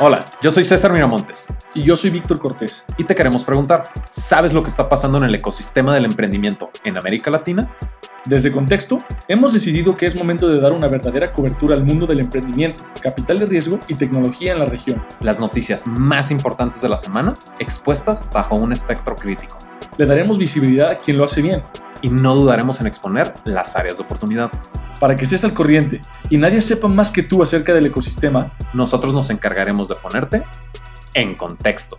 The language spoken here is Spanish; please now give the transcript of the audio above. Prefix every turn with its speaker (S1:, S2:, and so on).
S1: Hola, yo soy César Miramontes
S2: Y yo soy Víctor Cortés.
S1: y te queremos preguntar, ¿sabes lo que está pasando en el ecosistema del emprendimiento en América Latina?
S2: Desde Contexto, hemos decidido que es momento de dar una verdadera cobertura al mundo del emprendimiento, capital de riesgo y tecnología en la región.
S1: Las noticias más importantes de la semana expuestas bajo un espectro crítico
S2: Le daremos visibilidad a quien lo hace bien,
S1: y no dudaremos en exponer las áreas de oportunidad.
S2: para que estés al corriente y nadie sepa más que tú acerca del ecosistema.
S1: Nosotros nos encargaremos de ponerte en contexto.